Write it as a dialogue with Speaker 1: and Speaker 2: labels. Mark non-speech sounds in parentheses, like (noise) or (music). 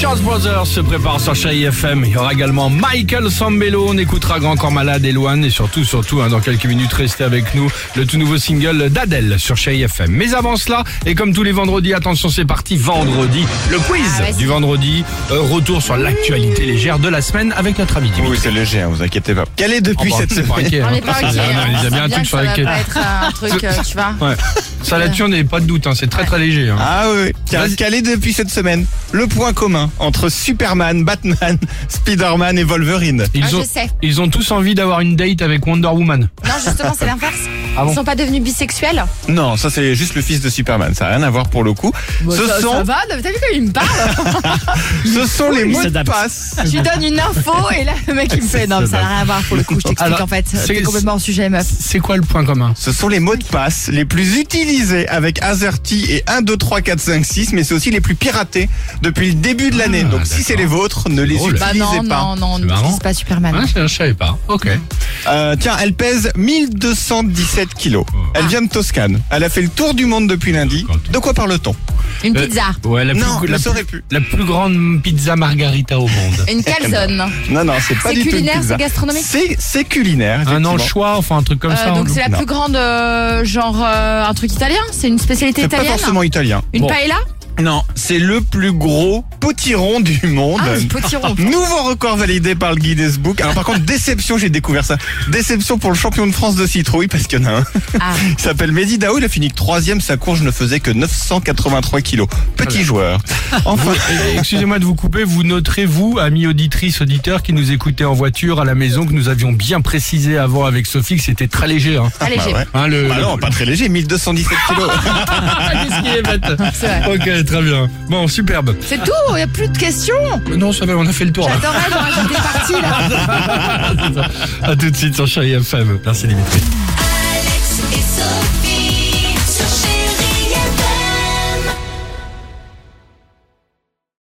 Speaker 1: Jonas Brothers se prépare sur Chérie FM. Il y aura également Michael Sambello. On écoutera Grand Corps Malade et Loane. Et surtout, surtout, hein, dans quelques minutes, restez avec nous. Le tout nouveau single d'Adèle sur Chérie FM. Mais avant cela, et comme tous les vendredis, attention, c'est parti. Vendredi, le quiz
Speaker 2: Ah, vas-y.
Speaker 1: du vendredi. Euh, retour sur l'actualité légère de la semaine avec notre ami Dimitri.
Speaker 3: Oui, c'est léger, hein, vous inquiétez pas. Quelle est depuis
Speaker 1: Oh, bah,
Speaker 3: cette
Speaker 1: c'est pas
Speaker 3: semaine
Speaker 1: inquiet,
Speaker 2: On
Speaker 1: hein.
Speaker 2: n'est pas inquiet.
Speaker 1: Ah,
Speaker 2: hein.
Speaker 1: non, Il y a
Speaker 2: On
Speaker 1: bien un
Speaker 2: sait
Speaker 1: truc sur
Speaker 2: que ça
Speaker 1: laquelle.
Speaker 2: va pas être
Speaker 1: (laughs)
Speaker 2: un truc, euh, tu vois.
Speaker 1: Ouais. Ça là-dessus, on n'avait pas de doute, hein, c'est très très léger. hein.
Speaker 3: Ah oui, car
Speaker 1: Vas-y.
Speaker 3: quel est depuis cette semaine le point commun entre Superman, Batman, (laughs) Spider-Man et Wolverine
Speaker 1: Ils,
Speaker 2: Ah, je
Speaker 1: ont,
Speaker 2: sais.
Speaker 1: ils ont tous envie d'avoir une date avec Wonder Woman.
Speaker 2: Non, justement, c'est l'inverse.
Speaker 1: Ah bon
Speaker 2: Ils sont pas devenus bisexuels.
Speaker 3: Non, ça c'est juste le fils de Superman, ça n'a rien à voir pour le coup. ce,
Speaker 2: ça,
Speaker 3: sont,
Speaker 2: ça va, t'as vu comme il
Speaker 1: (laughs)
Speaker 2: me parle
Speaker 3: ce sont les
Speaker 4: il
Speaker 3: mots de
Speaker 4: s'adapte.
Speaker 3: passe.
Speaker 2: Je lui donne une info et là, le mec, il me fait Non, mais ça n'a rien à voir pour le coup, je t'explique
Speaker 1: Alors,
Speaker 2: en fait.
Speaker 1: c'est-
Speaker 2: T'es complètement en sujet, meuf.
Speaker 1: C'est quoi le point commun
Speaker 3: Ce sont les mots de passe les plus utilisés avec AZERTY et 1, 2, 3, 4, 5, 6, mais c'est aussi les plus piratés depuis le début de l'année. Donc
Speaker 1: Ah,
Speaker 3: si
Speaker 1: d'accord.
Speaker 3: c'est les vôtres, ne les
Speaker 1: drôle.
Speaker 3: utilisez
Speaker 2: Bah non,
Speaker 3: pas.
Speaker 2: non, non, on
Speaker 1: C'est marrant.
Speaker 2: n'utilise pas Superman.
Speaker 1: Hein, Je je savais pas. Ok.
Speaker 3: Euh, tiens, elle pèse 1217 kilos. Elle vient de Toscane. Elle a fait le tour du monde depuis lundi. De quoi parle-t-on
Speaker 2: Une
Speaker 1: Euh,
Speaker 2: pizza.
Speaker 1: Ouais, la
Speaker 3: Non,
Speaker 1: plus,
Speaker 3: je
Speaker 1: la,
Speaker 3: saurais
Speaker 1: plus-
Speaker 3: plus.
Speaker 1: la plus grande pizza margarita au
Speaker 2: (laughs)
Speaker 1: monde.
Speaker 2: Une calzone.
Speaker 3: Non, non, c'est pas
Speaker 2: C'est
Speaker 3: du tout une
Speaker 2: culinaire,
Speaker 3: pizza.
Speaker 2: c'est gastronomique
Speaker 3: C'est c'est culinaire.
Speaker 1: Un
Speaker 3: effectivement.
Speaker 1: anchois, enfin un truc comme
Speaker 2: Euh,
Speaker 1: ça.
Speaker 2: donc
Speaker 1: hein.
Speaker 2: c'est la
Speaker 3: Non.
Speaker 2: plus grande, euh, genre euh, un truc italien C'est une spécialité
Speaker 3: C'est pas
Speaker 2: italienne hein
Speaker 3: forcément italien.
Speaker 2: Une
Speaker 1: Bon. Oh,
Speaker 2: paella
Speaker 3: Non, c'est le plus gros potiron du monde.
Speaker 1: ben.
Speaker 2: Ah,
Speaker 1: (laughs)
Speaker 2: du potiron.
Speaker 3: Nouveau record validé par le Guinness Book. Alors par
Speaker 2: (laughs)
Speaker 3: contre, déception, j'ai découvert ça. Déception pour le champion de France de citrouille, parce qu'il y en a un.
Speaker 2: Ah.
Speaker 3: Il s'appelle Mehdi Daou, il a fini que troisième, sa course ne faisait que 983 kilos. Petit joueur. Enfin,
Speaker 1: Et- et Excusez-moi de vous couper, vous noterez, vous, amis auditrices, auditeurs qui nous écoutez en voiture à la maison, que nous avions bien précisé avant avec Sophie que c'était très léger. Hein.
Speaker 2: Allez,
Speaker 3: bah
Speaker 2: j'ai.
Speaker 3: ouais.
Speaker 1: Hein, le,
Speaker 3: Bah
Speaker 1: (laughs)
Speaker 3: non, pas très léger, 1217 kilos.
Speaker 1: Ah, qu'est-ce qu'il est bête
Speaker 2: C'est vrai.
Speaker 1: Ok, très bien. Bon, superbe.
Speaker 2: C'est tout, il n'y a plus de questions.
Speaker 1: Non, ça va, on a fait le tour. là.
Speaker 2: J'adorais, j'aurais- j'étais partie là.
Speaker 1: hein. À tout de suite sur Chérie FM. Merci Dimitri.